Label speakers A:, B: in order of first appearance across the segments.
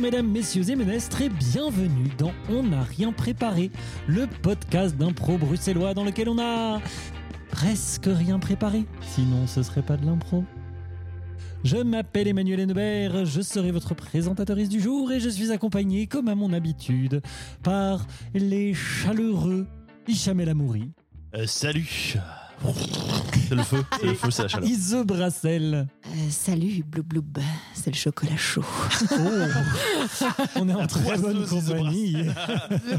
A: Mesdames, Messieurs et Ménestres, et bienvenue dans On n'a rien préparé, le podcast d'impro bruxellois dans lequel on a presque rien préparé. Sinon, ce serait pas de l'impro. Je m'appelle Emmanuel Hennebert, je serai votre présentatrice du jour et je suis accompagné, comme à mon habitude, par les chaleureux Ishamel Amouri,
B: Euh, salut C'est le feu, c'est le feu, c'est la chaleur.
A: Ise Brassel.
C: Euh, salut, Bloub Bloub, c'est le chocolat chaud.
A: On est en très bonne
B: Poisseuse Ise
A: compagnie.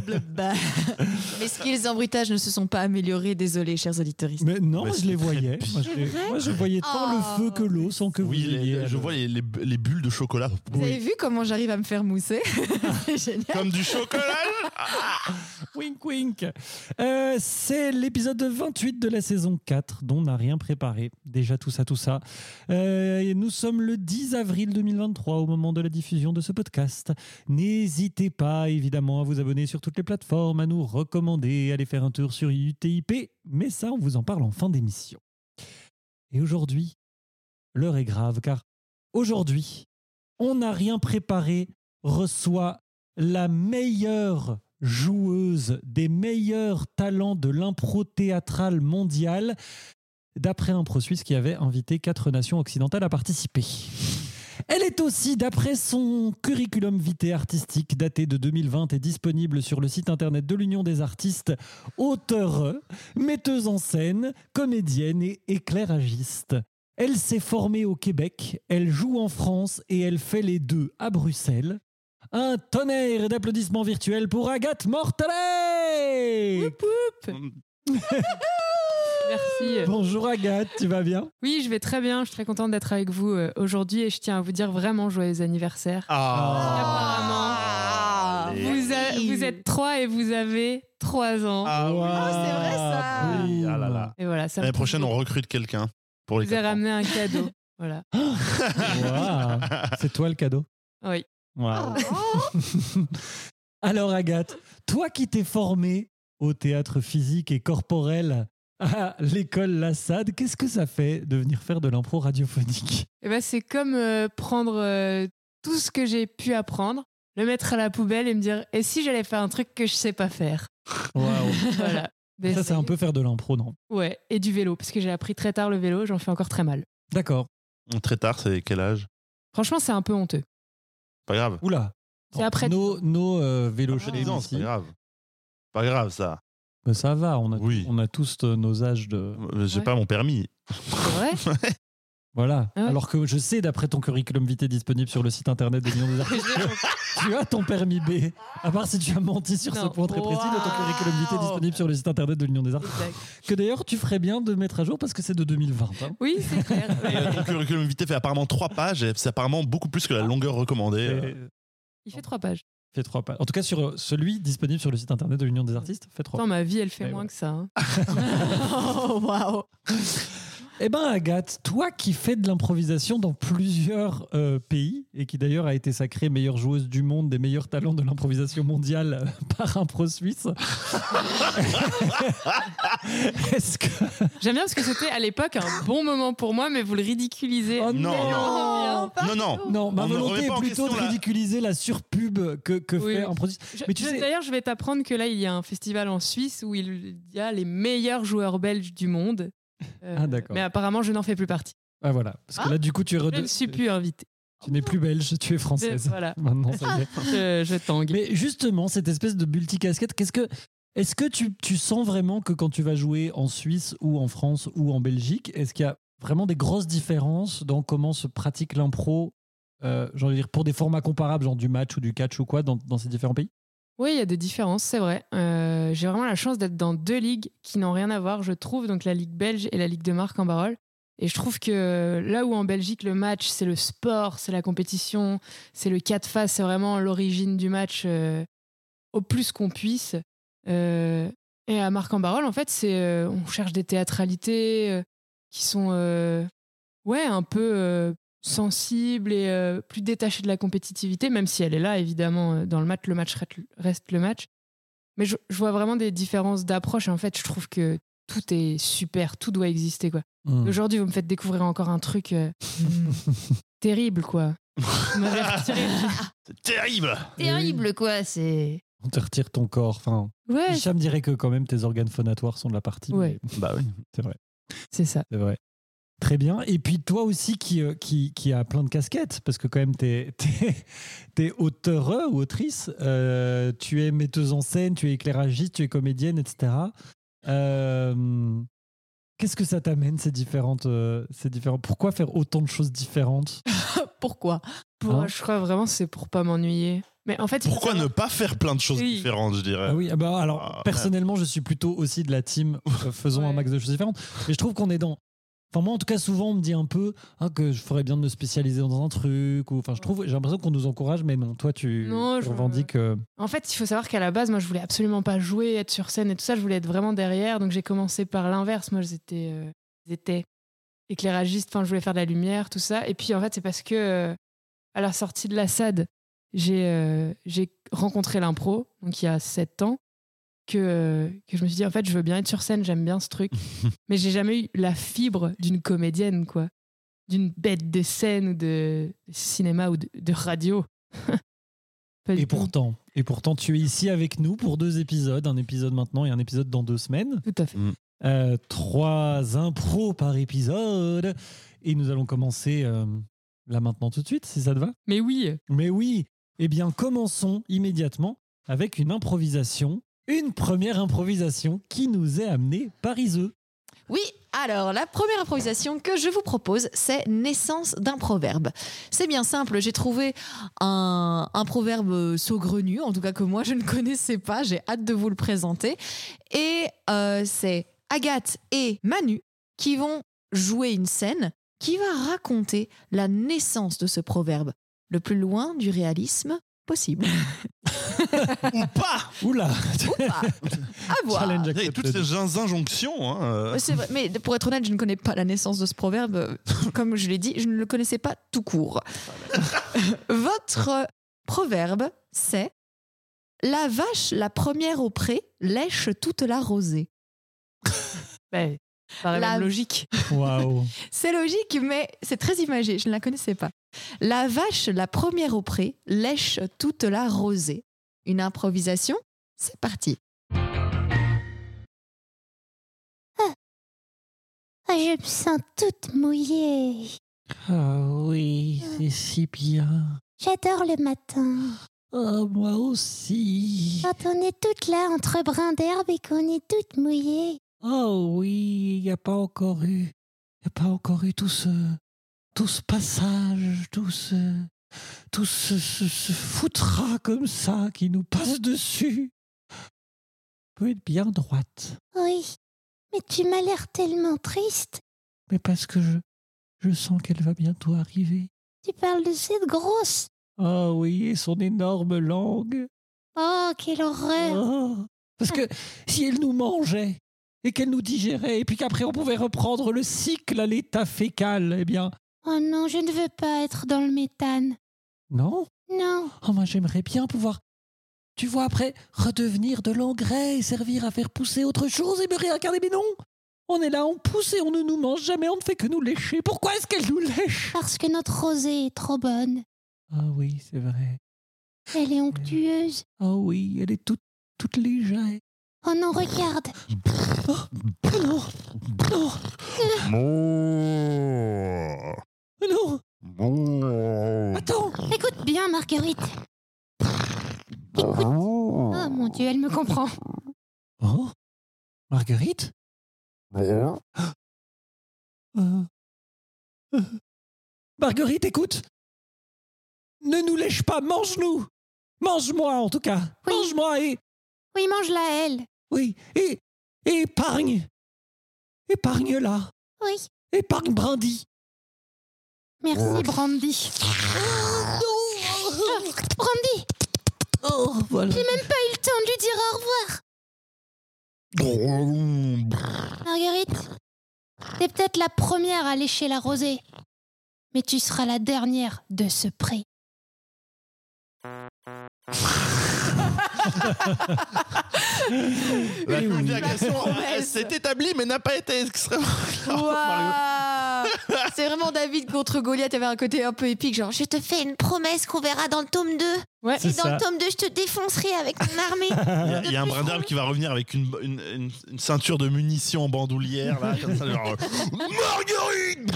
C: Bloub Bloub. Mes skills en bruitage ne se sont pas améliorés, désolé, chers auditeurs.
A: Mais non,
B: Mais
A: je
B: c'est
A: les
B: très
A: voyais.
B: pire.
A: Moi je, les-
C: vrai
A: moi, je voyais tant le
C: Oh.
A: feu que l'eau sans que
B: Oui,
A: vous
B: les-
A: ayez-
B: je vois les, les- les bulles de chocolat.
C: Vous avez vu comment j'arrive à me faire mousser C'est génial.
B: Comme du chocolat
A: Wink wink. Euh, c'est l'épisode 28 de la saison 4 dont on n'a rien préparé. Déjà tout ça, tout ça. Euh, et nous sommes le 10 avril 2023 au moment de la diffusion de ce podcast. N'hésitez pas évidemment à vous abonner sur toutes les plateformes, à nous recommander, à aller faire un tour sur UTIP. Mais ça, on vous en parle en fin d'émission. Et aujourd'hui, l'heure est grave car aujourd'hui, on n'a rien préparé, reçoit la meilleure joueuse des meilleurs talents de l'impro théâtrale mondiale, d'après Impro Suisse qui avait invité quatre nations occidentales à participer. Elle est aussi, d'après son curriculum vitae artistique daté de 2020 et disponible sur le site internet de l'Union des artistes, auteure, metteuse en scène, comédienne et éclairagiste. Elle s'est formée au Québec, elle joue en France et elle fait les deux à Bruxelles. Un tonnerre d'applaudissements virtuels pour Agathe Mortelet
D: Merci.
A: Bonjour Agathe, tu vas bien
D: Oui, je vais très bien. Je suis très contente d'être avec vous euh, aujourd'hui et je tiens à vous dire vraiment joyeux anniversaire.
B: Ah
C: Apparemment.
B: Allez.
D: Vous, a- vous êtes trois et vous avez trois ans.
B: Ah oui.
C: c'est vrai, ça.
A: boum.
B: Ah là là.
D: Et voilà, ça
B: L'année prochaine, on recrute quelqu'un pour
D: je
B: les
D: vous ai
B: quatre ans.
D: ramené un cadeau. voilà.
A: Waouh. C'est toi le cadeau
D: Oui.
A: Waouh. Alors Agathe, toi qui t'es formée au théâtre physique et corporel à l'école Lassade, qu'est-ce que ça fait de venir faire de l'impro radiophonique
D: Et ben, c'est comme euh, prendre euh, tout ce que j'ai pu apprendre, le mettre à la poubelle et me dire et si j'allais faire un truc que je sais pas faire. voilà. Mais
A: Ça c'est un peu faire de l'impro, non
D: Ouais. Et du vélo parce que j'ai appris très tard le vélo, j'en fais encore très mal.
A: D'accord.
B: Très tard, c'est quel âge
D: Franchement, c'est un peu honteux.
B: Pas grave.
A: Oula.
D: C'est après-
A: Nos, nos euh, vélos chez
B: J'ai
A: les
B: des ans, Ah, c'est pas grave. Pas grave, ça.
A: Mais ça va, on a,
B: Oui.
A: on a tous euh, nos âges de...
B: Euh, J'ai
D: Ouais.
B: pas mon permis.
D: C'est vrai.
A: Voilà.
D: Ah ouais.
A: Alors que je sais, d'après ton curriculum vitae disponible sur le site internet de Lyon des Arts, tu as ton permis B. À part si tu as menti sur ce
D: Non.
A: point très précis de ton
D: Waouh.
A: curriculum vitae disponible sur le site internet de l'Union des Arts.
D: Exact.
A: Que d'ailleurs, tu ferais bien de mettre à jour parce que c'est de 2020. hein.
D: Oui, c'est clair.
B: Et, euh, Ton curriculum vitae fait apparemment trois pages et c'est apparemment beaucoup plus que la longueur recommandée. Euh,
A: Et-
D: Il fait trois pages.
A: Fais trois pas. En tout cas, sur euh, celui disponible sur le site internet de l'Union des artistes, fais trois.
D: Attends, ma vie, elle fait
A: Mais
D: moins
A: ouais.
D: que ça. hein.
C: Oh, waouh.
A: Eh ben Agathe, toi qui fais de l'improvisation dans plusieurs euh, pays et qui d'ailleurs a été sacrée meilleure joueuse du monde des meilleurs talents de l'improvisation mondiale euh, par un pro suisse. Est-ce que
D: J'aime bien parce que c'était à l'époque un bon moment pour moi, mais vous le ridiculisez.
A: Oh
B: non.
D: Et on revient.
B: Non, non.
A: non, ma
B: On ne remet
A: volonté
B: pas
A: est
B: en
A: plutôt de
B: question, là.
A: ridiculiser la surpub que, que
D: Oui.
A: fait un pro suisse.
D: Je-
A: Mais tu
D: je-
A: sais-
D: D'ailleurs, je vais t'apprendre que là, il y a un festival en Suisse où il y a les meilleurs joueurs belges du monde. Euh,
A: Ah, d'accord.
D: Mais apparemment, je n'en fais plus partie.
A: Ah voilà, parce que là du coup tu es
D: Je ne
A: rede-
D: suis plus invitée.
A: tu n'es plus belge, tu es
D: Je-
A: française.
D: Voilà,
A: Maintenant ça y est.
D: je, je tangue.
A: Mais justement, cette espèce de multicasquette, qu'est-ce que. Est-ce que tu, tu sens vraiment que quand tu vas jouer en Suisse ou en France ou en Belgique, est-ce qu'il y a vraiment des grosses différences dans comment se pratique l'impro, euh, j'ai envie de dire, pour des formats comparables, genre du match ou du catch ou quoi, dans, dans ces différents pays
D: Oui, il y a des différences, c'est vrai. Euh, J'ai vraiment la chance d'être dans deux ligues qui n'ont rien à voir, je trouve, donc la Ligue belge et la Ligue de Marc en Barol. Et je trouve que là où en Belgique, le match, c'est le sport, c'est la compétition, c'est le cas de face, c'est vraiment l'origine du match euh, au plus qu'on puisse. Euh, et à Marc en Barol, en fait, c'est euh, on cherche des théâtralités euh, qui sont euh, ouais, un peu euh, sensible et euh, plus détaché de la compétitivité, même si elle est là, évidemment, euh, dans le match, le match reste- reste le match. Mais je, je vois vraiment des différences d'approche. et En fait, je trouve que tout est super, tout Hmm. Mmh. doit exister. quoi. Aujourd'hui, vous me faites découvrir encore un truc euh, terrible, quoi. Vous m'avez retiré.
B: C'est terrible
C: Terrible, quoi. C'est.
A: On te retire ton corps. Enfin,
D: Ouais,
A: Hicham dirait que quand même tes organes phonatoires sont de la partie.
D: Ouais.
A: mais
B: Bah oui.
A: C'est vrai.
D: c'est ça.
A: C'est vrai. Très bien. Et puis toi aussi qui, euh, qui, qui a plein de casquettes, parce que quand même t'es es, auteur ou autrice, euh, tu es metteuse en scène, tu es éclairagiste, tu es comédienne, etc. Euh, Qu'est-ce que ça t'amène ces différentes, euh, ces différents Pourquoi faire autant de choses différentes
C: Pourquoi
D: Pour-
A: Hein
D: je crois vraiment que c'est pour pas m'ennuyer. Mais en fait,
B: Pourquoi
D: finalement-
B: ne pas faire plein de choses
D: Oui.
B: différentes, je dirais
A: Ah oui, ah bah alors
B: Ah, Euh, ouais.
A: personnellement, je suis plutôt aussi de la team euh, faisons un
D: Ouais.
A: max de choses différentes. Mais je trouve qu'on est dans. Enfin, moi, en tout cas, souvent, on me dit un peu hein, que je ferais bien de me spécialiser dans un truc. Ou... Enfin, je trouve, j'ai l'impression qu'on nous encourage, mais non, toi, tu
D: Non,
A: tu
D: je-
A: revendiques. euh,
D: En fait, il faut savoir qu'à la base, moi, je voulais absolument pas jouer, être sur scène et tout ça. Je voulais être vraiment derrière. Donc, j'ai commencé par l'inverse. Moi, j'étais, euh, j'étais éclairagiste. Enfin, je voulais faire de la lumière, tout ça. Et puis, en fait, c'est parce que euh, à la sortie de la SAD, j'ai euh, j'ai rencontré l'impro, donc il y a sept ans, que, euh, que je me suis dit, en fait, je veux bien être sur scène. J'aime bien ce truc. Mais j'ai jamais eu la fibre d'une comédienne, quoi. D'une bête de scène ou de cinéma ou de, de radio. Pas du
A: Et
D: tout.
A: pourtant, et pourtant, tu es ici avec nous pour deux épisodes, un épisode maintenant et un épisode dans deux semaines.
D: Tout à fait.
A: Euh, trois impros par épisode, et nous allons commencer euh, là maintenant tout de suite, si ça te va.
D: Mais oui,
A: Mais oui, eh bien commençons immédiatement avec une improvisation, une première improvisation qui nous est amenée par Iseux.
C: Oui, alors la première improvisation que je vous propose, c'est naissance d'un proverbe. C'est bien simple, j'ai trouvé un, un proverbe euh, saugrenu, en tout cas que moi je ne connaissais pas, j'ai hâte de vous le présenter. Et euh, c'est Agathe et Manu qui vont jouer une scène qui va raconter la naissance de ce proverbe, le plus loin du réalisme possible.
B: Ou pas
A: Oula
C: Ah, à voir.
A: Challenge
B: Il y a toutes
A: accepted.
B: ces injonctions. Hein, euh.
C: Euh, c'est vrai, mais pour être honnête, je ne connais pas la naissance de ce proverbe. Euh, Comme je l'ai dit, je ne le connaissais pas tout court. Votre proverbe, c'est La vache la première au pré lèche toute la rosée.
D: bah, par la
C: La-
D: même logique.
A: Waouh
C: C'est logique, mais c'est très imagé, je ne la connaissais pas. La vache la première au pré lèche toute la rosée. Une improvisation, c'est parti.
E: Ah, Je me sens toute mouillée.
A: Ah oui, c'est si bien.
E: J'adore le matin.
A: Ah, moi aussi.
E: Quand on est toutes là entre brins d'herbe et qu'on est toutes mouillées.
A: Oh oui, il n'y a pas encore eu, il a pas encore eu tout ce, tout ce passage, tout ce, tout ce, ce, ce foutra comme ça qui nous passe dessus. Peut être bien droite,
E: Oui. Mais tu m'as l'air tellement triste.
A: mais parce que je, je sens qu'elle va bientôt arriver.
E: Tu parles de cette grosse.
A: Oh oui, et son énorme langue.
E: Oh, quelle horreur.
A: Oh. Parce que si elle nous mangeait et qu'elle nous digérait, et puis qu'après on pouvait reprendre le cycle à l'état fécal, eh bien,
E: Oh non, je ne veux pas être dans le méthane.
A: non.
E: Non.
A: Oh, moi, j'aimerais bien pouvoir, tu vois, après, redevenir de l'engrais et servir à faire pousser autre chose et me réincarner. Mais non On est là, on pousse et on ne nous mange jamais, on ne fait que nous lécher. Pourquoi est-ce qu'elle nous lèche
E: Parce que notre rosée est trop bonne.
A: Ah oui, c'est vrai.
E: Elle est onctueuse.
A: Ah oui, elle est toute, toute légère.
E: Oh non, regarde.
A: Oh, oh non Non
B: Mouh.
A: oh Non
B: Mouh.
A: Attends
E: Écoute bien, Marguerite. Écoute. Oh mon Dieu, elle me comprend.
A: Oh Marguerite
B: Bah,
A: Euh, euh. Marguerite, écoute Ne nous lèche pas, mange-nous Mange-moi en tout cas
E: Oui.
A: Mange-moi et.
E: Oui, mange-la, elle.
A: Oui, et. et épargne Épargne-la
E: Oui.
A: Épargne Brindy
E: Merci, Brandy. Brandy,
A: Oh, voilà
E: le temps de lui dire au revoir. Marguerite, t'es peut-être la première à lécher la rosée, mais tu seras la dernière de ce pré.
B: La
A: Eh oui.
B: conjugaison
C: La promesse.
D: Oh,
B: s'est établie mais n'a pas été extrêmement.
C: Waouh C'est vraiment David contre Goliath avait un côté un peu épique, genre
E: Je te fais une promesse qu'on verra dans le tome 2.
D: Ouais.
E: Et
A: C'est
E: dans
A: ça.
E: le tome 2, je te défoncerai avec mon armée.
B: Il y a, il y a un brin d'herbe qui va revenir avec une, une- une- une ceinture de munitions en bandoulière. Là, comme ça, genre, Marguerite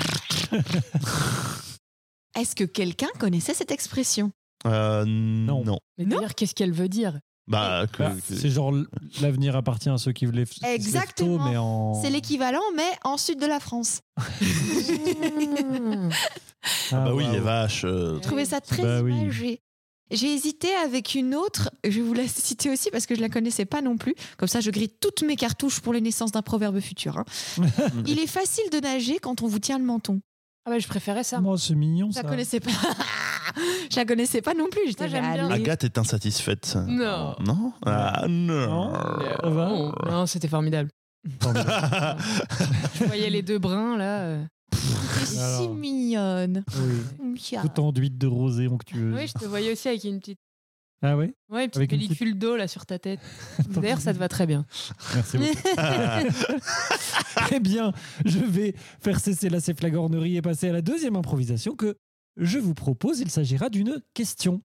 C: Est-ce que quelqu'un connaissait cette expression
B: Euh,
A: Non.
B: Non.
D: Mais d'ailleurs, qu'est-ce qu'elle veut dire
B: Bah, que-
A: Ah,
B: que-
A: C'est genre l- l'avenir appartient à ceux qui lèvent qui se lèvent
C: Exactement.
A: tôt, mais en.
C: C'est l'équivalent, mais en sud de la France.
D: Mmh.
A: Ah,
B: bah oui,
A: waouh.
B: les vaches. euh,
C: Je trouvais ça très
A: Bah oui.
C: imagé. J'ai hésité avec une autre, je vous la citer aussi parce que je la connaissais pas non plus. Comme ça, je grille toutes mes cartouches pour les naissances d'un proverbe futur. hein. Il est facile de nager quand on vous tient le menton.
D: Ah bah je préférais ça.
A: Oh, c'est mignon
C: Je
A: ça.
C: la connaissais pas. je la connaissais pas non plus. J'étais
D: Moi, j'aime
C: là,
D: bien.
A: Ah,
C: allez.
B: Agathe est insatisfaite.
D: Non.
B: Non Ah, non.
A: Non. Ça va
D: Non, non, c'était formidable.
A: Formidable.
D: Je voyais les deux brins là. euh.
C: T'es si
A: Alors.
C: mignonne.
A: Oui.
C: Mia.
A: Autant d'huile de rosée onctueuse.
D: Oui, je te voyais aussi avec une petite,
A: Ah oui
D: ouais, une petite
A: Avec une petite-
D: pellicule d'eau là sur ta tête. D'ailleurs, ça te va très bien.
A: Merci beaucoup. Eh bien, je vais faire cesser là ces flagorneries et passer à la deuxième improvisation que je vous propose. Il s'agira d'une question.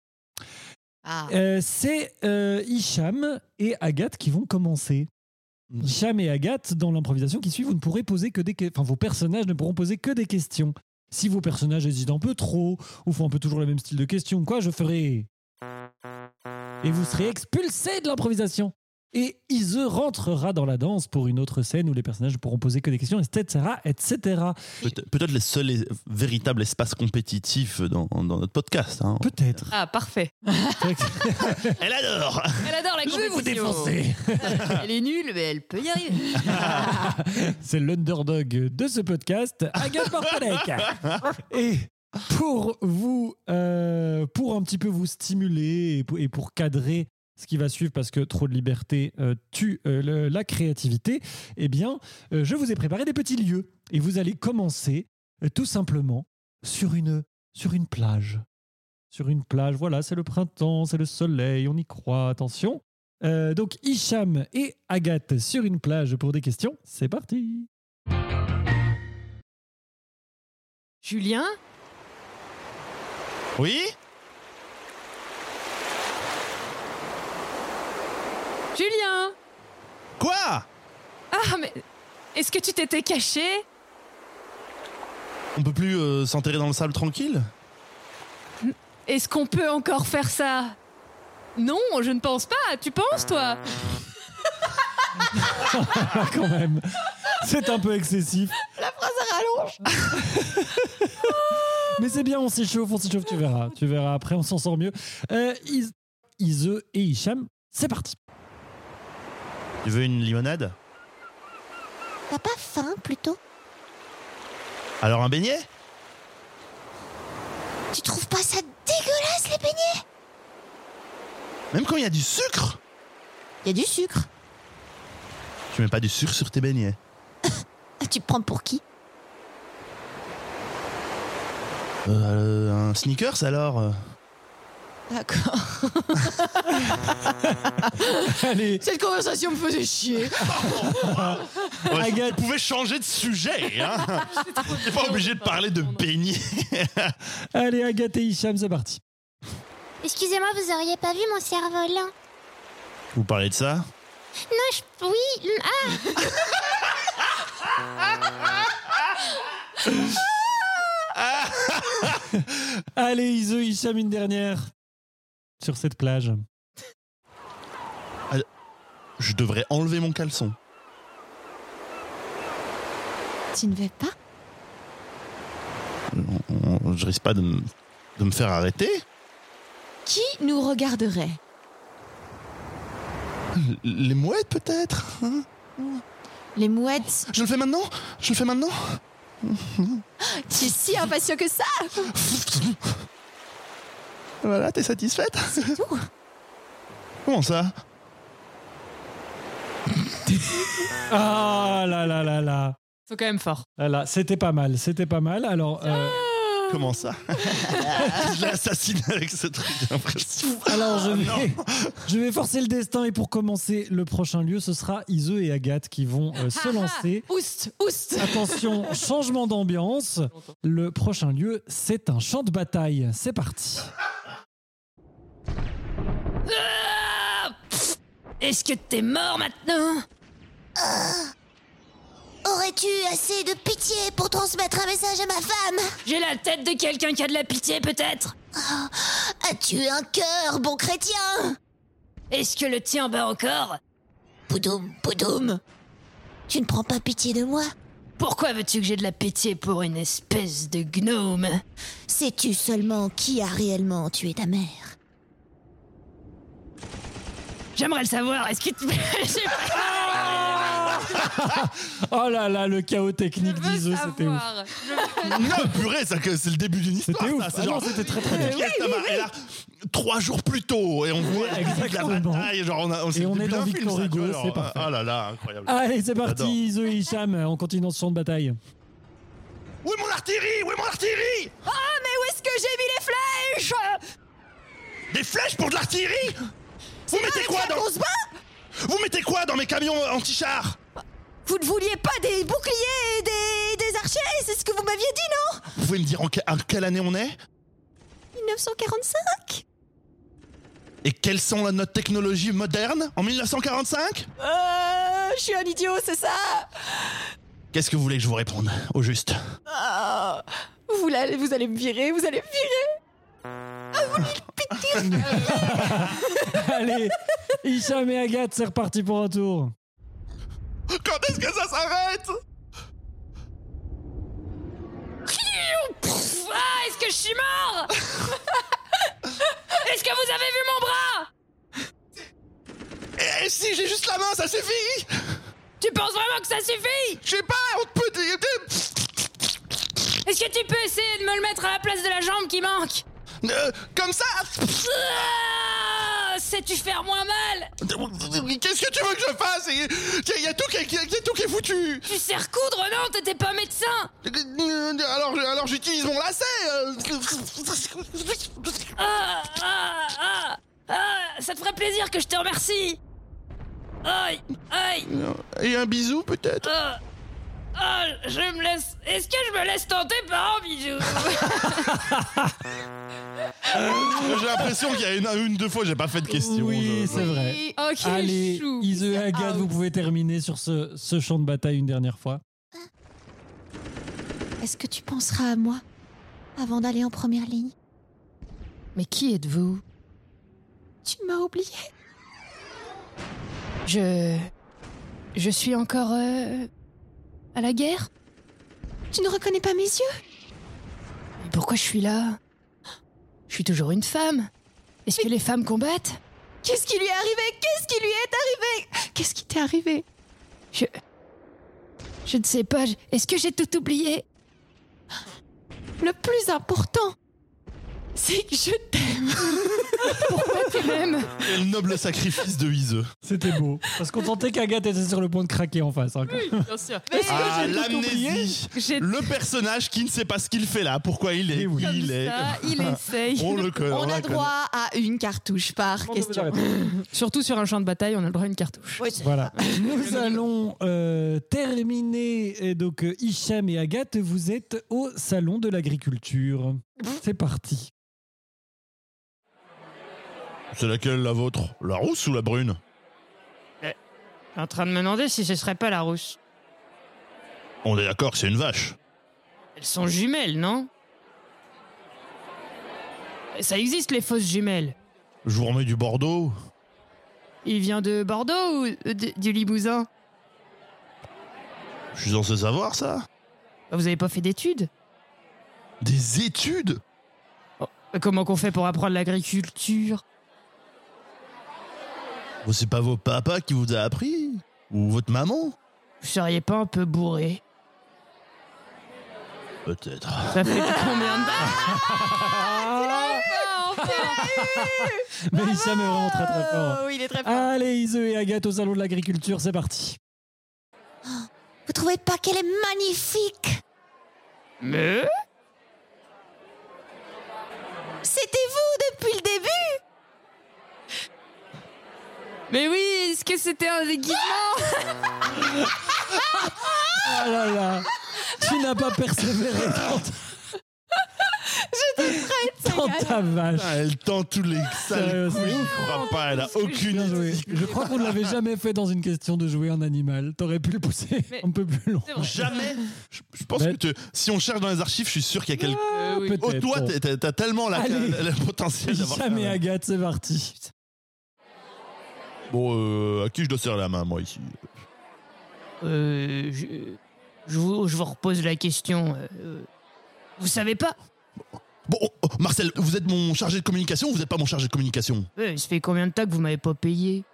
C: Ah.
A: Euh, c'est euh, Hicham et Agathe qui vont commencer. Hicham et Agathe, dans l'improvisation qui suit, vous ne pourrez poser que des que- enfin vos personnages ne pourront poser que des questions. Si vos personnages hésitent un peu trop ou font un peu toujours le même style de questions, ou quoi, je ferai et vous serez expulsé de l'improvisation. Et Ise rentrera dans la danse pour une autre scène où les personnages ne pourront poser que des questions, etc., etc.
B: Peut- Peut-être les seuls et- véritables espaces compétitifs dans, dans notre podcast. hein.
A: Peut-être.
D: Ah, parfait.
B: Elle adore
D: Elle adore la
A: Je vais vous
D: compétition.
A: défoncer.
C: Elle est nulle, mais elle peut y arriver.
A: C'est l'underdog de ce podcast, Agathe Bartolek. Et pour vous, euh, pour un petit peu vous stimuler et pour, et pour cadrer ce qui va suivre, parce que trop de liberté euh, tue euh, le- la créativité, eh bien, euh, je vous ai préparé des petits lieux. Et vous allez commencer euh, tout simplement sur une, sur une plage. Sur une plage, voilà, c'est le printemps, c'est le soleil, on y croit, attention. Euh, donc Hicham et Agathe sur une plage pour des questions. C'est parti.
D: Julien,
B: Oui
D: Julien.
B: Quoi
D: Ah mais est-ce que tu t'étais caché
B: On peut plus euh, s'enterrer dans le sable tranquille
D: Est-ce qu'on peut encore faire ça Non, je ne pense pas. Tu penses
A: Euh.
D: toi
A: Ah, quand même. C'est un peu excessif.
C: La phrase à rallonge.
A: Mais c'est bien, on s'échauffe, on s'échauffe, tu verras. Tu verras, après on s'en sort mieux. Euh, Is- Ise et Hicham, c'est parti.
B: Tu veux une limonade
E: T'as pas faim plutôt
B: Alors un beignet
E: Tu trouves pas ça dégueulasse les beignets
B: Même quand il y a du sucre
E: Y a du sucre.
B: Tu mets pas du sucre sur tes beignets.
E: Ah, Tu te prends pour qui
B: Euh, un sneakers alors euh
C: D'accord.
A: Allez,
C: Cette conversation me faisait chier.
B: Ouais,
A: Agathe.
B: Vous pouvez changer de sujet, hein T'es pas obligé de parler de beignet.
A: allez Agathe et Hicham, c'est parti.
E: Excusez-moi, vous auriez pas vu mon cerf-volant
B: Vous parlez de ça
E: Non, je... oui. mm, Ah,
A: Allez Ise, Hicham, une dernière. Sur cette plage.
B: Je devrais enlever mon caleçon.
C: Tu ne vais pas
B: On- on- Je risque pas de, me- de me faire arrêter
C: Qui nous regarderait
B: L- Les mouettes peut-être hein
C: Les mouettes.
B: Je le fais maintenant Je le fais maintenant
C: Tu es si
F: hein,
C: impatient que ça
B: Voilà, t'es satisfaite Comment ça
A: Ah là là là là.
D: Ils sont quand même forts.
A: Ah Là, là, c'était pas mal, c'était pas mal. Alors, euh,
B: Comment ça Je l'assassine avec ce truc impressionnant.
A: Alors je
B: non.
A: vais, je vais forcer le destin et pour commencer le prochain lieu, ce sera Ise et Agathe qui vont euh,
D: Ah,
A: se lancer.
C: Oust, oust.
A: Attention, changement d'ambiance. Le prochain lieu, c'est un champ de bataille. C'est parti.
F: Est-ce que t'es mort maintenant
E: Aurais-tu assez de pitié pour transmettre un message à ma femme
F: J'ai la tête de quelqu'un qui a de la pitié peut-être
E: Ah, As-tu un cœur, bon chrétien
F: Est-ce que le tien bat encore
E: Poudoum, poudoum Tu ne prends pas pitié de moi
F: Pourquoi veux-tu que j'ai de la pitié pour une espèce de gnome
E: Sais-tu seulement qui a réellement tué ta mère
F: J'aimerais le savoir, est-ce que tu... Je sais pas.
A: Oh là là, le chaos technique
D: Je veux
A: d'Ise, c'était ouf.
D: savoir.
B: Non, purée, ça que c'est le début d'une histoire.
A: Ah, C'était ouf.
B: ça,
A: Ah non, Ah
B: c'est
A: c'était
B: genre,
A: très très bien.
B: Pierre Thomas est là trois jours plus tôt et on voit la
A: exactement.
B: bataille. Genre on a, on, c'est
A: Et
B: le
A: on
B: début
A: est dans
B: d'un film,
A: Victor
B: ça, tu vois,
A: Hugo,
B: genre,
A: c'est parfait.
B: Ah là là, incroyable.
A: Allez, c'est parti,
B: J'adore.
A: Ise et Hicham, on continue dans ce champ de bataille.
B: Où est mon artillerie Où est mon artillerie
F: Ah, Où est-ce que j'ai mis les flèches
B: Des flèches pour de l'artillerie Vous mettez quoi dans Vous mettez quoi dans mes camions anti-chars
F: Vous ne vouliez pas des boucliers et des, des archers, c'est ce que vous m'aviez dit, non
B: Vous pouvez me dire en, que- en quelle année on est
F: 1945
B: et quelles sont la- notre technologie moderne en 1945
F: Euh... Je suis un idiot, c'est ça
B: Qu'est-ce que vous voulez que je vous réponde au juste
F: Ah, vous, allez, vous allez me virer, vous allez me virer.
A: Allez, Hicham et Agathe, c'est reparti pour un tour.
B: Quand est-ce que ça s'arrête
F: Pff, ah, est-ce que je suis mort Est-ce que vous avez vu mon bras
B: Eh si, j'ai juste la main, ça suffit
F: Tu penses vraiment que ça suffit
B: Je sais pas, on peut... dire-
F: Est-ce que tu peux essayer de me le mettre à la place de la jambe qui manque
B: Euh, Comme ça
F: Ah, Sais-tu faire moins mal
B: Qu'est-ce que tu veux que je fasse Il y, a tout qui est- y a- y a tout qui est foutu
F: Tu sais recoudre, non T'étais pas médecin
B: Alors, je- alors j'utilise mon lacet euh.
F: ah, ah, ah, ah, Ça te ferait plaisir que je te remercie Aïe, aïe,
B: Et un bisou peut-être
F: ah, ah, je me laisse... Est-ce que je me laisse tenter par un bijou
B: J'ai l'impression qu'il y a une, une deux fois, j'ai pas fait de question.
A: Oui, c'est vrai.
D: Ok,
A: Allez,
D: chou.
A: Ise et Agathe,
D: out.
A: vous pouvez terminer sur ce, ce champ de bataille une dernière fois.
E: Est-ce que tu penseras à moi avant d'aller en première ligne
C: Mais qui êtes-vous
E: Tu m'as oublié
F: Je...
D: Je suis encore euh, à la guerre
E: Tu ne reconnais pas mes yeux
D: Mais pourquoi je suis là Je suis toujours une femme. Est-ce que les femmes combattent
C: Qu'est-ce qui lui est arrivé Qu'est-ce qui lui est arrivé Qu'est-ce qui t'est arrivé
D: Je ne sais pas. je- Est-ce que j'ai tout oublié
C: Le plus important, c'est que je t'aime.
D: Même.
B: Quel noble sacrifice de Iseux.
A: C'était beau. Parce qu'on sentait qu'Agathe était sur le point de craquer en face. hein, quand
D: Bien sûr.
B: Ah,
A: j'ai tout
B: l'amnésie
D: J'ai
B: Le personnage qui ne sait pas ce qu'il fait là, pourquoi il
A: Eh
B: est où
A: oui.
B: il est.
D: ça. Il essaye.
B: On le connaît.
C: Euh, On
B: la
C: a
B: connaît.
C: droit à une cartouche par question.
D: Surtout sur un champ de bataille, on a le droit à une cartouche.
A: Voilà. Nous allons euh, terminer. Et donc, euh, Hicham et Agathe, vous êtes au Salon de l'Agriculture. C'est parti.
B: C'est laquelle la vôtre La rousse ou la brune
D: en train de me demander si ce serait pas la rousse.
B: On est d'accord que c'est une vache.
D: Elles sont jumelles, non Ça existe les fausses jumelles.
B: Je vous remets du Bordeaux.
D: Il vient de Bordeaux ou euh, de- du Limousin
B: Je suis censé savoir ça.
D: Vous avez pas fait d'études
B: Des études
D: Comment qu'on fait pour apprendre l'agriculture
B: Bon, C'est pas vos papas qui vous a appris Ou votre maman
D: Vous seriez pas un peu bourré
B: Peut-être.
D: Ça fait combien de
A: Mais Hicham est vraiment très très fort.
D: Ah
C: Oh, il est très fort.
A: Allez, Ise et Agathe au Salon de l'Agriculture. C'est parti.
E: Vous trouvez pas qu'elle est magnifique
D: Mais Mais oui, est-ce que c'était un déguisement
A: Ah là là Tu n'as pas persévéré dans ta... dans ta vache.
B: Ah, elle tend tous les
A: Sérieux,
B: sales
A: c'est
B: couilles, elle frappe pas, elle a aucune
A: Bien joué.
B: idée.
A: Je crois qu'on ne l'avait jamais fait dans une question de jouer en animal. T'aurais pu le pousser
D: Mais-
A: un peu plus loin.
D: C'est vrai.
B: Jamais. Je, je pense
A: Mais-
B: que te- si on cherche dans les archives, je suis sûr qu'il y a quelqu'un.
D: Euh, oui.
A: Peut-être,
B: Oh, toi,
A: bon.
B: t'as- t'as t'as tellement la,
A: Allez.
B: la- le potentiel d'avoir.
A: Jamais Agathe, c'est parti.
B: Bon, euh, à qui je dois serrer la main, moi, ici
F: Euh, je, je vous, je vous repose la question. euh, vous savez pas
B: Bon, oh, oh, Marcel, vous êtes mon chargé de communication ou vous n'êtes pas mon chargé de communication
F: Euh, Ça fait combien de temps que vous m'avez pas payé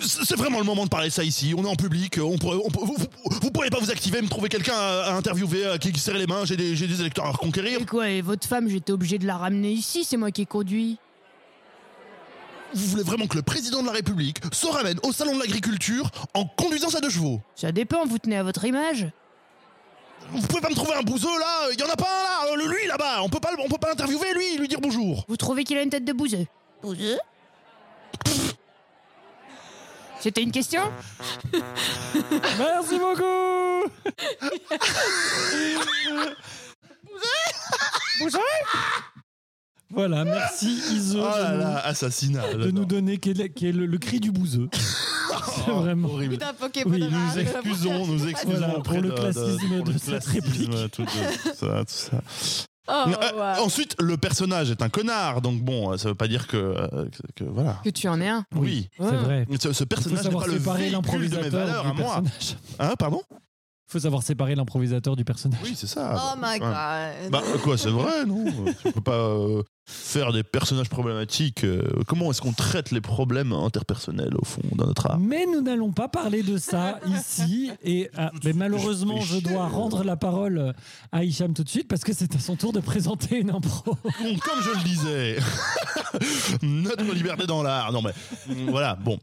B: C'est c'est vraiment le moment de parler de ça ici. On est en public. On pourrait, on peut- vous, vous, vous pourriez pas vous activer, me trouver quelqu'un à, à interviewer, à qui qui serrait les mains. J'ai des, j'ai des électeurs à reconquérir.
F: Et quoi, et votre femme, j'étais obligé de la ramener ici, c'est moi qui ai conduit.
B: Vous voulez vraiment que le président de la République se ramène au salon de l'agriculture en conduisant sa deux chevaux
F: Ça dépend, vous tenez à votre image.
B: Vous pouvez pas me trouver un bouseux là Il y en a pas un là Euh, le- Lui là-bas On peut pas, le- on peut pas l'interviewer lui, lui dire bonjour.
F: Vous trouvez qu'il a une tête de bouseux Bouseux C'était une question
A: Merci beaucoup Voilà, merci Iso
B: Oh là
A: de nous-
B: là, assassinat.
A: de nous donner quel est, quel est le, le cri du bouseux. C'est vraiment.
B: horrible.
C: Putain, Pokémon
B: Oui,
C: de
B: nous
C: rage.
B: nous excusons, nous excusons
A: Voilà,
B: auprès
A: pour le
B: de-
A: classisme
B: pour le
A: de cette
B: classisme,
A: réplique.
B: tout, de- tout ça, tout ça.
C: Oh,
B: Mais, euh,
C: wow.
B: Ensuite, le personnage est un connard, donc bon, euh, ça veut pas dire que, euh, que, que- voilà.
D: Que tu en es un.
B: Oui.
A: C'est vrai.
B: Ce, ce
A: Il faut
B: personnage n'est
A: savoir
B: pas le
A: séparer
B: véhicule de mes valeurs
A: l'improvisateur
B: à
A: du
B: moi.
A: personnage.
B: Hein, pardon
A: Il faut savoir séparer l'improvisateur du personnage.
B: Oui, c'est ça.
C: Oh
B: Ouais.
C: my god.
B: Bah quoi, c'est vrai, non On peut pas euh, faire des personnages problématiques. euh, comment est-ce qu'on traite les problèmes interpersonnels au fond dans notre art
A: Mais nous n'allons pas parler de ça ici. Et ah, mais malheureusement,
B: Je
A: je
B: fais
A: dois
B: chier.
A: rendre la parole euh, à Hicham tout de suite parce que c'est à son tour de présenter une impro.
B: Bon, Comme je le disais, notre liberté dans l'art. Non mais mm, voilà, bon.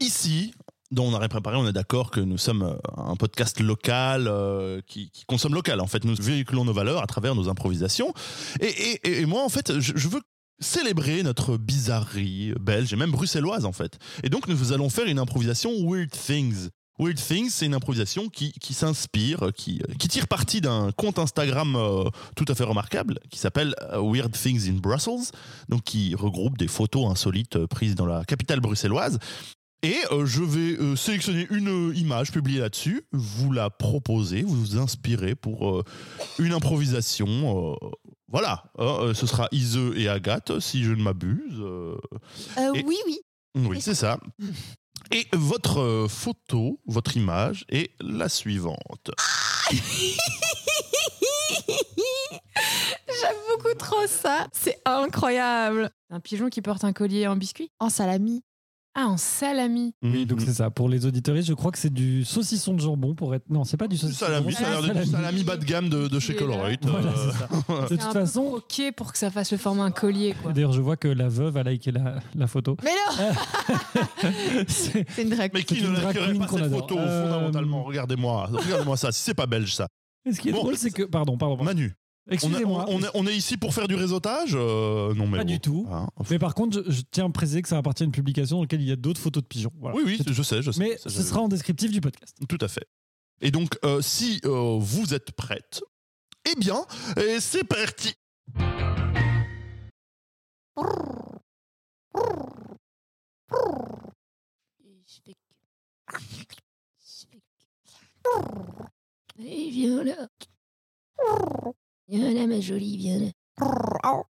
B: Ici, dont on aurait préparé, on est d'accord que nous sommes euh, un podcast local euh, qui, qui consomme local. En fait, nous véhiculons nos valeurs à travers nos improvisations. Et, et- et- et moi, en fait, je, je veux célébrer notre bizarrerie belge et même bruxelloise, en fait. Et donc, nous allons faire une improvisation Weird Things. Weird Things, c'est une improvisation qui, qui s'inspire, qui, qui tire parti d'un compte Instagram euh, tout à fait remarquable qui s'appelle euh, Weird Things in Brussels, donc qui regroupe des photos insolites euh, prises dans la capitale bruxelloise. Et euh, je vais euh, sélectionner une euh, image publiée là-dessus, vous la proposer, vous vous inspirez pour euh, une improvisation. euh, voilà, Euh, euh, ce sera Ise et Agathe, si je ne m'abuse. euh,
C: Euh,
B: et-
C: oui, oui.
B: oui, c'est ça. Et votre euh, photo, votre image est la suivante.
C: J'aime beaucoup trop ça. C'est incroyable.
D: Un pigeon qui porte un collier en biscuit
C: En salami.
D: Ah, en salami.
A: Oui,
B: Mhm.
A: donc c'est ça. Pour les auditeurs, je crois que c'est du saucisson de jambon pour être. Non, c'est pas du
B: Du
A: saucisson. de
B: salami,
A: jambon, Ah,
B: ça a l'air
A: c'est
B: de-
A: du
B: du salami bas de gamme de, de chez
D: Il est là.
B: Colorate.
A: Voilà,
B: euh,
A: c'est ça. De toute
D: C'est un peu
A: façon,
D: croqué pour que ça fasse le format un collier, quoi.
A: d'ailleurs, je vois que la veuve a liké la, la photo.
C: Mais non,
A: C'est-
C: c'est une drague.
B: Mais qui
A: C'est
B: ne
A: une drag
B: lâcherait
A: queen
B: pas
A: qu'on
B: cette
A: adore.
B: photo,
A: Euh,
B: fondamentalement Regardez-moi, regardez-moi ça, si c'est pas belge ça.
A: Et ce qui est
B: Bon.
A: drôle, c'est que. Pardon, pardon. pardon.
B: Manu, on est,
A: Excusez-moi.
B: on est- on est ici pour faire du réseautage Euh, Non, mais.
A: Pas du tout.
B: Hein.
A: Mais par contre, je, je tiens à préciser que ça appartient à une publication dans laquelle il y a d'autres photos de pigeons. Voilà.
B: Oui, oui,
A: C'est tout.
B: je sais, je sais.
A: Mais
B: ça,
A: ce
B: je-
A: sera en descriptif du podcast.
B: Tout à fait. Et donc, euh, si euh, vous êtes prête, eh bien, et c'est parti
F: Et viens là. Viens là, ma jolie, viens là.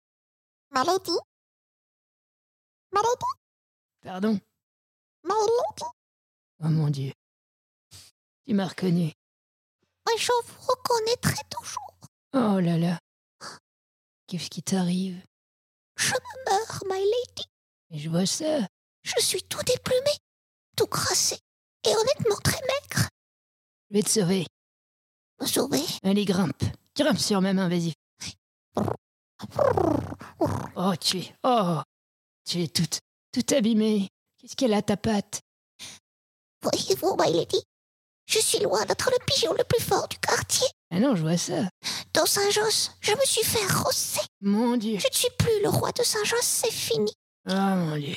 E: Malady Malady
F: Pardon
E: Malady
F: Oh mon dieu. Tu m'as reconnu.
E: Je vous reconnaîtrai toujours.
F: Oh là là. Qu'est-ce qui t'arrive
E: Meurs, my lady.
F: Mais Je vois ça.
E: Je suis tout déplumé, tout crassé et honnêtement très maigre.
F: Je vais te sauver.
E: Me sauver
F: Allez, grimpe. Grimpe sur ma main, vas-y. Oh, tu es. Oh Tu es toute. Toute abîmée. Qu'est-ce qu'elle a, ta patte
E: Voyez-vous, my lady Je suis loin d'être le pigeon le plus fort du quartier.
F: Ah non, je vois ça.
E: Dans Saint-Josse, je me suis fait rosser.
F: Mon dieu. Ah,
E: Je ne suis plus le roi de Saint-Josse, c'est fini.
F: Oh mon dieu.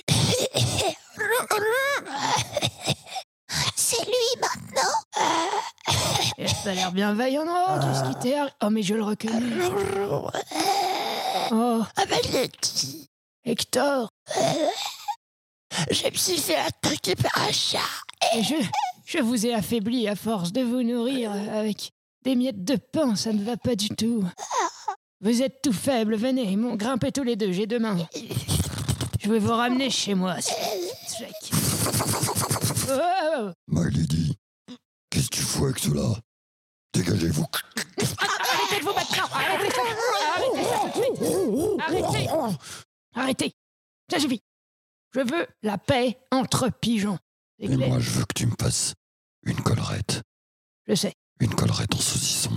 E: Le
F: Eh,
D: ça a l'air bien vaillant, non Qu'est-ce qui t'est Oh, mais je le reconnais. Oh,
G: Ah bah les petits,
D: Hector
G: je me suis fait attaquer par un chat.
D: et Eh, je, je vous ai affaibli à force de vous nourrir avec des miettes de pain, ça ne va pas du tout. Vous êtes tout faible, venez, mon, grimpez tous les deux, j'ai deux mains. Je vais vous ramener chez moi. Jack. Oh
H: Milady, qu'est-ce que tu fous avec cela Dégagez-vous.
D: Arrêtez de vous battre Non, Arrêtez ça Arrêtez ça tout de suite Arrêtez Arrêtez Ça suffit Je veux la paix entre pigeons. C'est
H: Et
D: clair
H: moi, je veux que tu me fasses une collerette.
D: Je sais.
H: Une collerette en saucisson.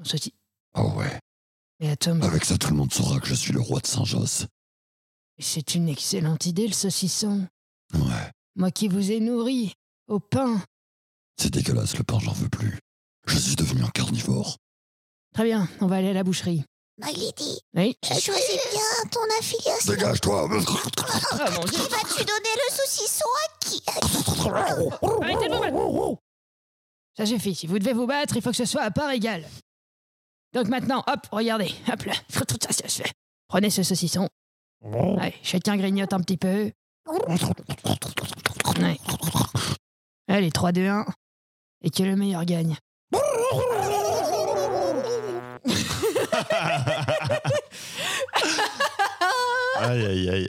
D: On se dit.
H: Oh ouais.
D: Mais attends, mais
H: Avec ça, tout le monde saura que je suis le roi de Saint-Josse.
D: c'est une excellente idée, le saucisson.
H: Ouais.
D: Moi qui vous ai nourri au pain.
H: C'est dégueulasse, le pain, j'en veux plus. Je suis devenu un carnivore.
D: Très bien, on va aller à la boucherie.
G: Maglidi,
D: Oui
G: choisis bien ton affiliation.
H: Dégage-toi
D: Ah mon dieu
G: Vas-tu donner le saucisson à qui
D: Arrêtez de vous battre Ça suffit, si vous devez vous battre, il faut que ce soit à part égale. Donc maintenant, hop, regardez, hop là, prenez ce saucisson. Allez, chacun grignote un petit peu. Ouais. Allez, 3, 2, 1. Et que le meilleur gagne.
B: Aïe, aïe, aïe.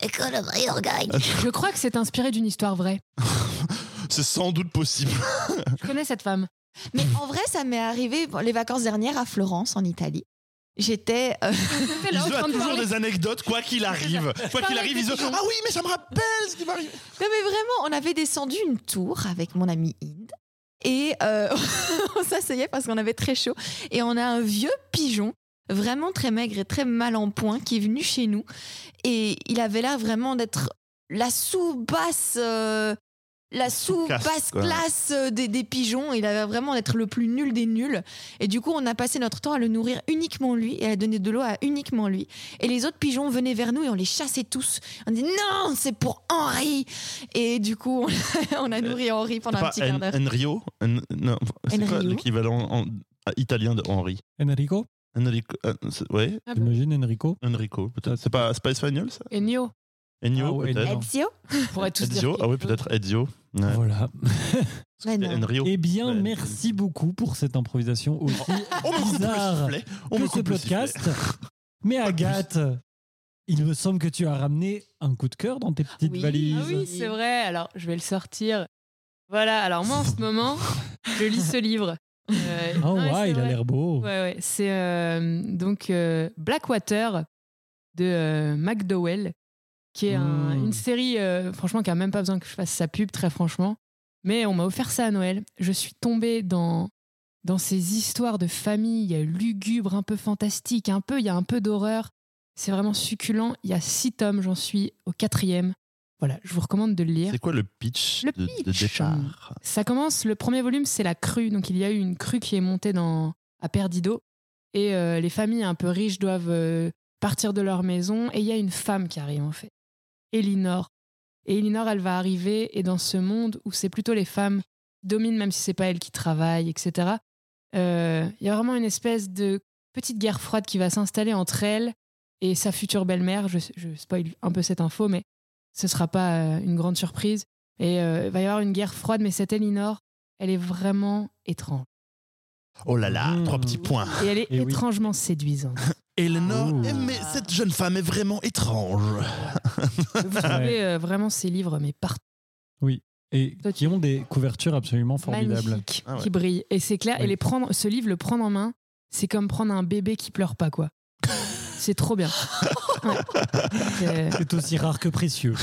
G: Et que le meilleur gagne.
D: Je crois que c'est inspiré d'une histoire vraie.
B: C'est sans doute possible.
D: Je connais cette femme.
C: Mais en vrai, ça m'est arrivé bon, les vacances dernières à Florence, en Italie. J'étais. euh,
B: Iso a toujours des anecdotes, quoi qu'il arrive. Quoi qu'il arrive, Iso. Ah oui, mais ça me rappelle ce qui m'arrive.
C: Non, mais vraiment, on avait descendu une tour avec mon ami Inde. Et euh, on s'asseyait parce qu'on avait très chaud. Et on a un vieux pigeon, vraiment très maigre et très mal en point, qui est venu chez nous. Et il avait l'air vraiment d'être la sous-basse. euh, la
B: Sous-caste,
C: sous-basse
B: quoi.
C: classe euh, des, des pigeons, il avait vraiment d'être le plus nul des nuls. Et du coup, on a passé notre temps à le nourrir uniquement lui et à donner de l'eau à uniquement lui. Et les autres pigeons venaient vers nous et on les chassait tous. On dit non, c'est pour Henri. Et du coup, on a, on a nourri Henri pendant un
B: Pas
C: petit quart d'heure.
B: En- Enrio En- Non, c'est quoi
C: Enrio
B: l'équivalent en- ah, italien de Henri
A: Enrico
B: Enrico, euh, c'est- ouais,
D: Ah bah.
A: T'imagines Enrico
B: Enrico, peut-être. C'est pas, c'est pas espagnol, ça
D: Ennio.
B: Ennio,
A: Ah ouais,
B: peut-être.
A: Enrico.
C: Ezio
D: Pourrait tous dire
B: Ezio,
D: quelque
B: ah oui,
D: chose.
B: peut-être Ezio. Ouais.
A: Voilà.
C: Ouais, non.
B: Enrio.
A: Eh bien,
B: Ouais,
A: merci beaucoup pour cette improvisation aussi
B: Oh, On me coupe le
A: bizarre
B: sifflet. Oh, On
A: que
B: me
A: ce
B: coupe le sifflet.
A: podcast. Mais Agathe, il me semble que tu as ramené un coup de cœur dans tes petites
C: Oui.
A: valises.
D: Ah oui, c'est vrai. Alors, je vais le sortir. Voilà, alors moi en ce moment, je lis ce livre. Euh,
A: Oh,
D: non, mais
A: ouais,
D: c'est
A: il a
D: vrai.
A: l'air beau.
D: Ouais, ouais. C'est euh, donc euh, Blackwater de euh, McDowell, qui est un-
A: Mm.
D: une série, euh, franchement, qui a même pas besoin que je fasse sa pub, très franchement. Mais on m'a offert ça à Noël. Je suis tombée dans, dans ces histoires de famille euh, lugubres, un peu fantastiques, un peu, il y a un peu d'horreur. C'est vraiment succulent. Il y a six tomes, j'en suis au quatrième. Voilà, je vous recommande de le lire.
B: C'est quoi le pitch,
D: Le
B: de, de
D: pitch.
B: départ
D: Ça commence, le premier volume, c'est la crue. Donc il y a eu une crue qui est montée dans, à Perdido. Et euh, les familles un peu riches doivent euh, partir de leur maison. Et il y a une femme qui arrive, en fait. Elinor. Et Elinor, elle va arriver. Et dans ce monde où c'est plutôt les femmes qui dominent, même si c'est pas elles qui travaillent, etc., euh, il y a vraiment une espèce de petite guerre froide qui va s'installer entre elle et sa future belle-mère. Je, je spoil un peu cette info, mais ce sera pas euh, une grande surprise. Et euh, il va y avoir une guerre froide, mais cette Elinor, elle est vraiment étrange.
B: Oh là là,
A: Mmh.
B: trois petits points.
D: Et elle est
A: Eh oui.
D: étrangement séduisante.
B: Eleanor,
A: Ouh.
B: mais cette jeune femme est vraiment étrange.
D: Vous trouvez euh, vraiment ces livres, mais partout,
A: Et
D: Toi, tu-
A: qui ont des couvertures absolument formidables.
D: magnifiques,
B: Ah ouais.
D: qui brillent. Et c'est clair,
A: Oui.
D: et les prendre, ce livre, le prendre en main, c'est comme prendre un bébé qui pleure pas, quoi. c'est trop bien. Ouais. C'est-
A: C'est aussi rare que précieux.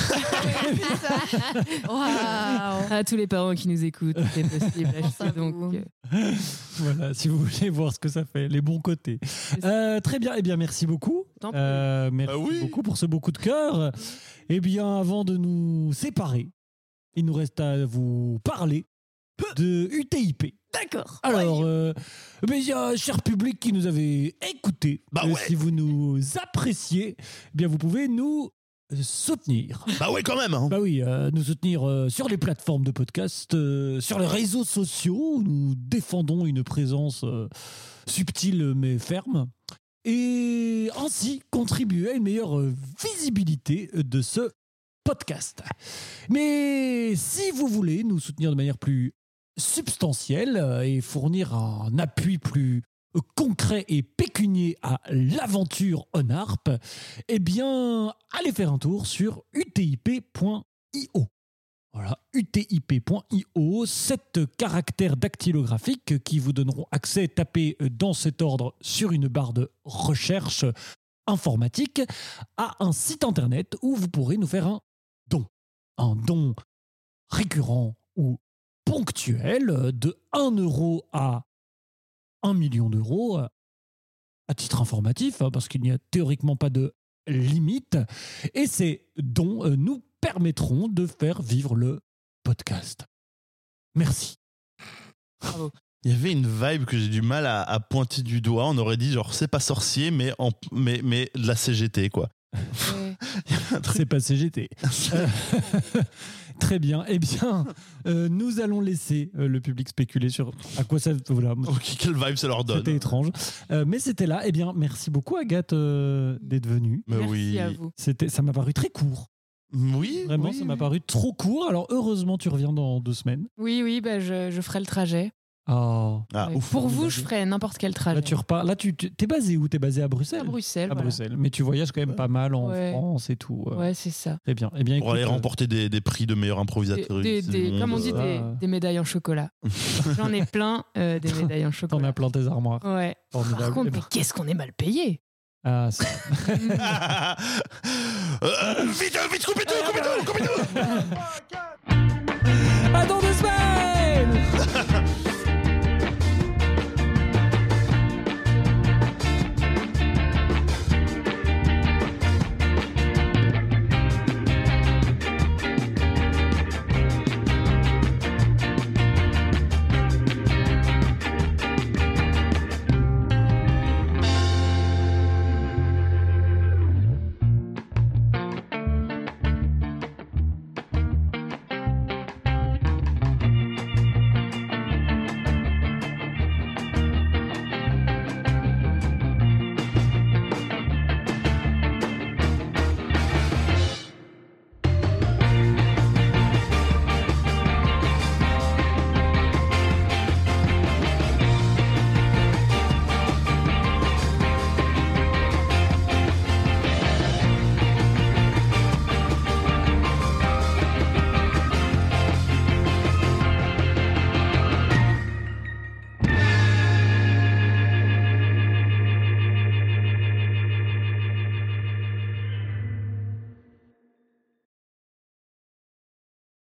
C: Waouh.
D: À tous les parents qui nous écoutent, c'est possible.
C: Pense à
D: achetez donc,
C: vous.
D: euh,
A: voilà, si vous voulez voir ce que ça fait, les bons côtés. Euh, très bien, eh bien merci beaucoup.
D: Tant pis.
A: Euh, merci
B: Bah oui.
A: beaucoup pour ce beau coup de cœur. Eh bien, avant de nous séparer, il nous reste à vous parler de UTIP.
F: D'accord.
A: Alors, euh, mais il y a un cher public qui nous avait écouté.
B: Bah
A: Euh,
B: ouais.
A: Si vous nous appréciez, eh bien vous pouvez nous euh, soutenir.
B: Bah ouais, quand même. hein.
A: Bah oui, euh, nous soutenir euh, sur les plateformes de podcast, euh, sur les réseaux sociaux. où Nous défendons une présence euh, subtile mais ferme. Et ainsi contribuer à une meilleure euh, visibilité de ce podcast. Mais si vous voulez nous soutenir de manière plus substantielle euh, et fournir un appui plus euh, concret et pécunier à l'aventure on harpe, eh bien, allez faire un tour sur utip.io. Voilà, utip.io, sept caractères dactylographiques qui vous donneront accès, tapé dans cet ordre sur une barre de recherche informatique, à un site internet où vous pourrez nous faire un don. Un don récurrent ou ponctuel de 1 euro à 1 million d'euros, à titre informatif, hein, parce qu'il n'y a théoriquement pas de limite. Et ces dons euh, nous permettront de faire vivre le podcast. Merci.
B: Il y avait une vibe que j'ai du mal à, à pointer du doigt. On aurait dit genre c'est pas sorcier, mais en, mais mais de la CGT quoi.
D: Ouais.
A: C'est pas CGT. Euh, Très bien. Eh bien, euh, nous allons laisser euh, le public spéculer sur à quoi ça. Voilà,
B: Ok, quelle vibe ça leur donne
A: c'était étrange. Euh, mais c'était là. Eh bien, merci beaucoup, Agathe, euh, d'être venue.
B: Mais
D: Merci
B: oui.
D: à vous.
A: C'était, ça m'a paru très court.
B: Oui.
A: Vraiment,
B: oui.
A: ça m'a paru trop court. Alors, heureusement, tu reviens dans deux semaines.
D: Oui, oui, bah, je, je ferai le trajet.
A: Oh.
B: Ah,
D: Ouais.
B: ouf.
D: Pour vous,
A: formidable.
D: je ferai n'importe quel trajet.
A: Là, tu repars. Là, tu, tu- t'es basé où T'es basé à Bruxelles
D: à Bruxelles.
A: À
D: voilà.
A: Bruxelles. Mais tu voyages quand même pas mal en
D: Ouais.
A: France et tout. euh.
D: Ouais, c'est ça.
A: Très bien. Eh bien
B: Pour aller
A: écoute, euh,
B: remporter des, des prix de meilleur
D: Des-
B: improvisateur.
D: des-
B: du
D: des-
B: monde,
D: comme on dit,
B: euh,
D: des,
A: Ah.
D: des médailles en chocolat. J'en ai plein euh, des médailles en
A: T'en as
D: chocolat.
A: plein tes armoires.
D: Ouais.
A: Formidable.
D: Par
A: Eh
D: contre,
A: ben,
D: mais qu'est-ce qu'on est mal payé
A: ah, c'est-
D: Mm.
B: Euh, vite, vite, coupez tout, coupez tout, coupez tout.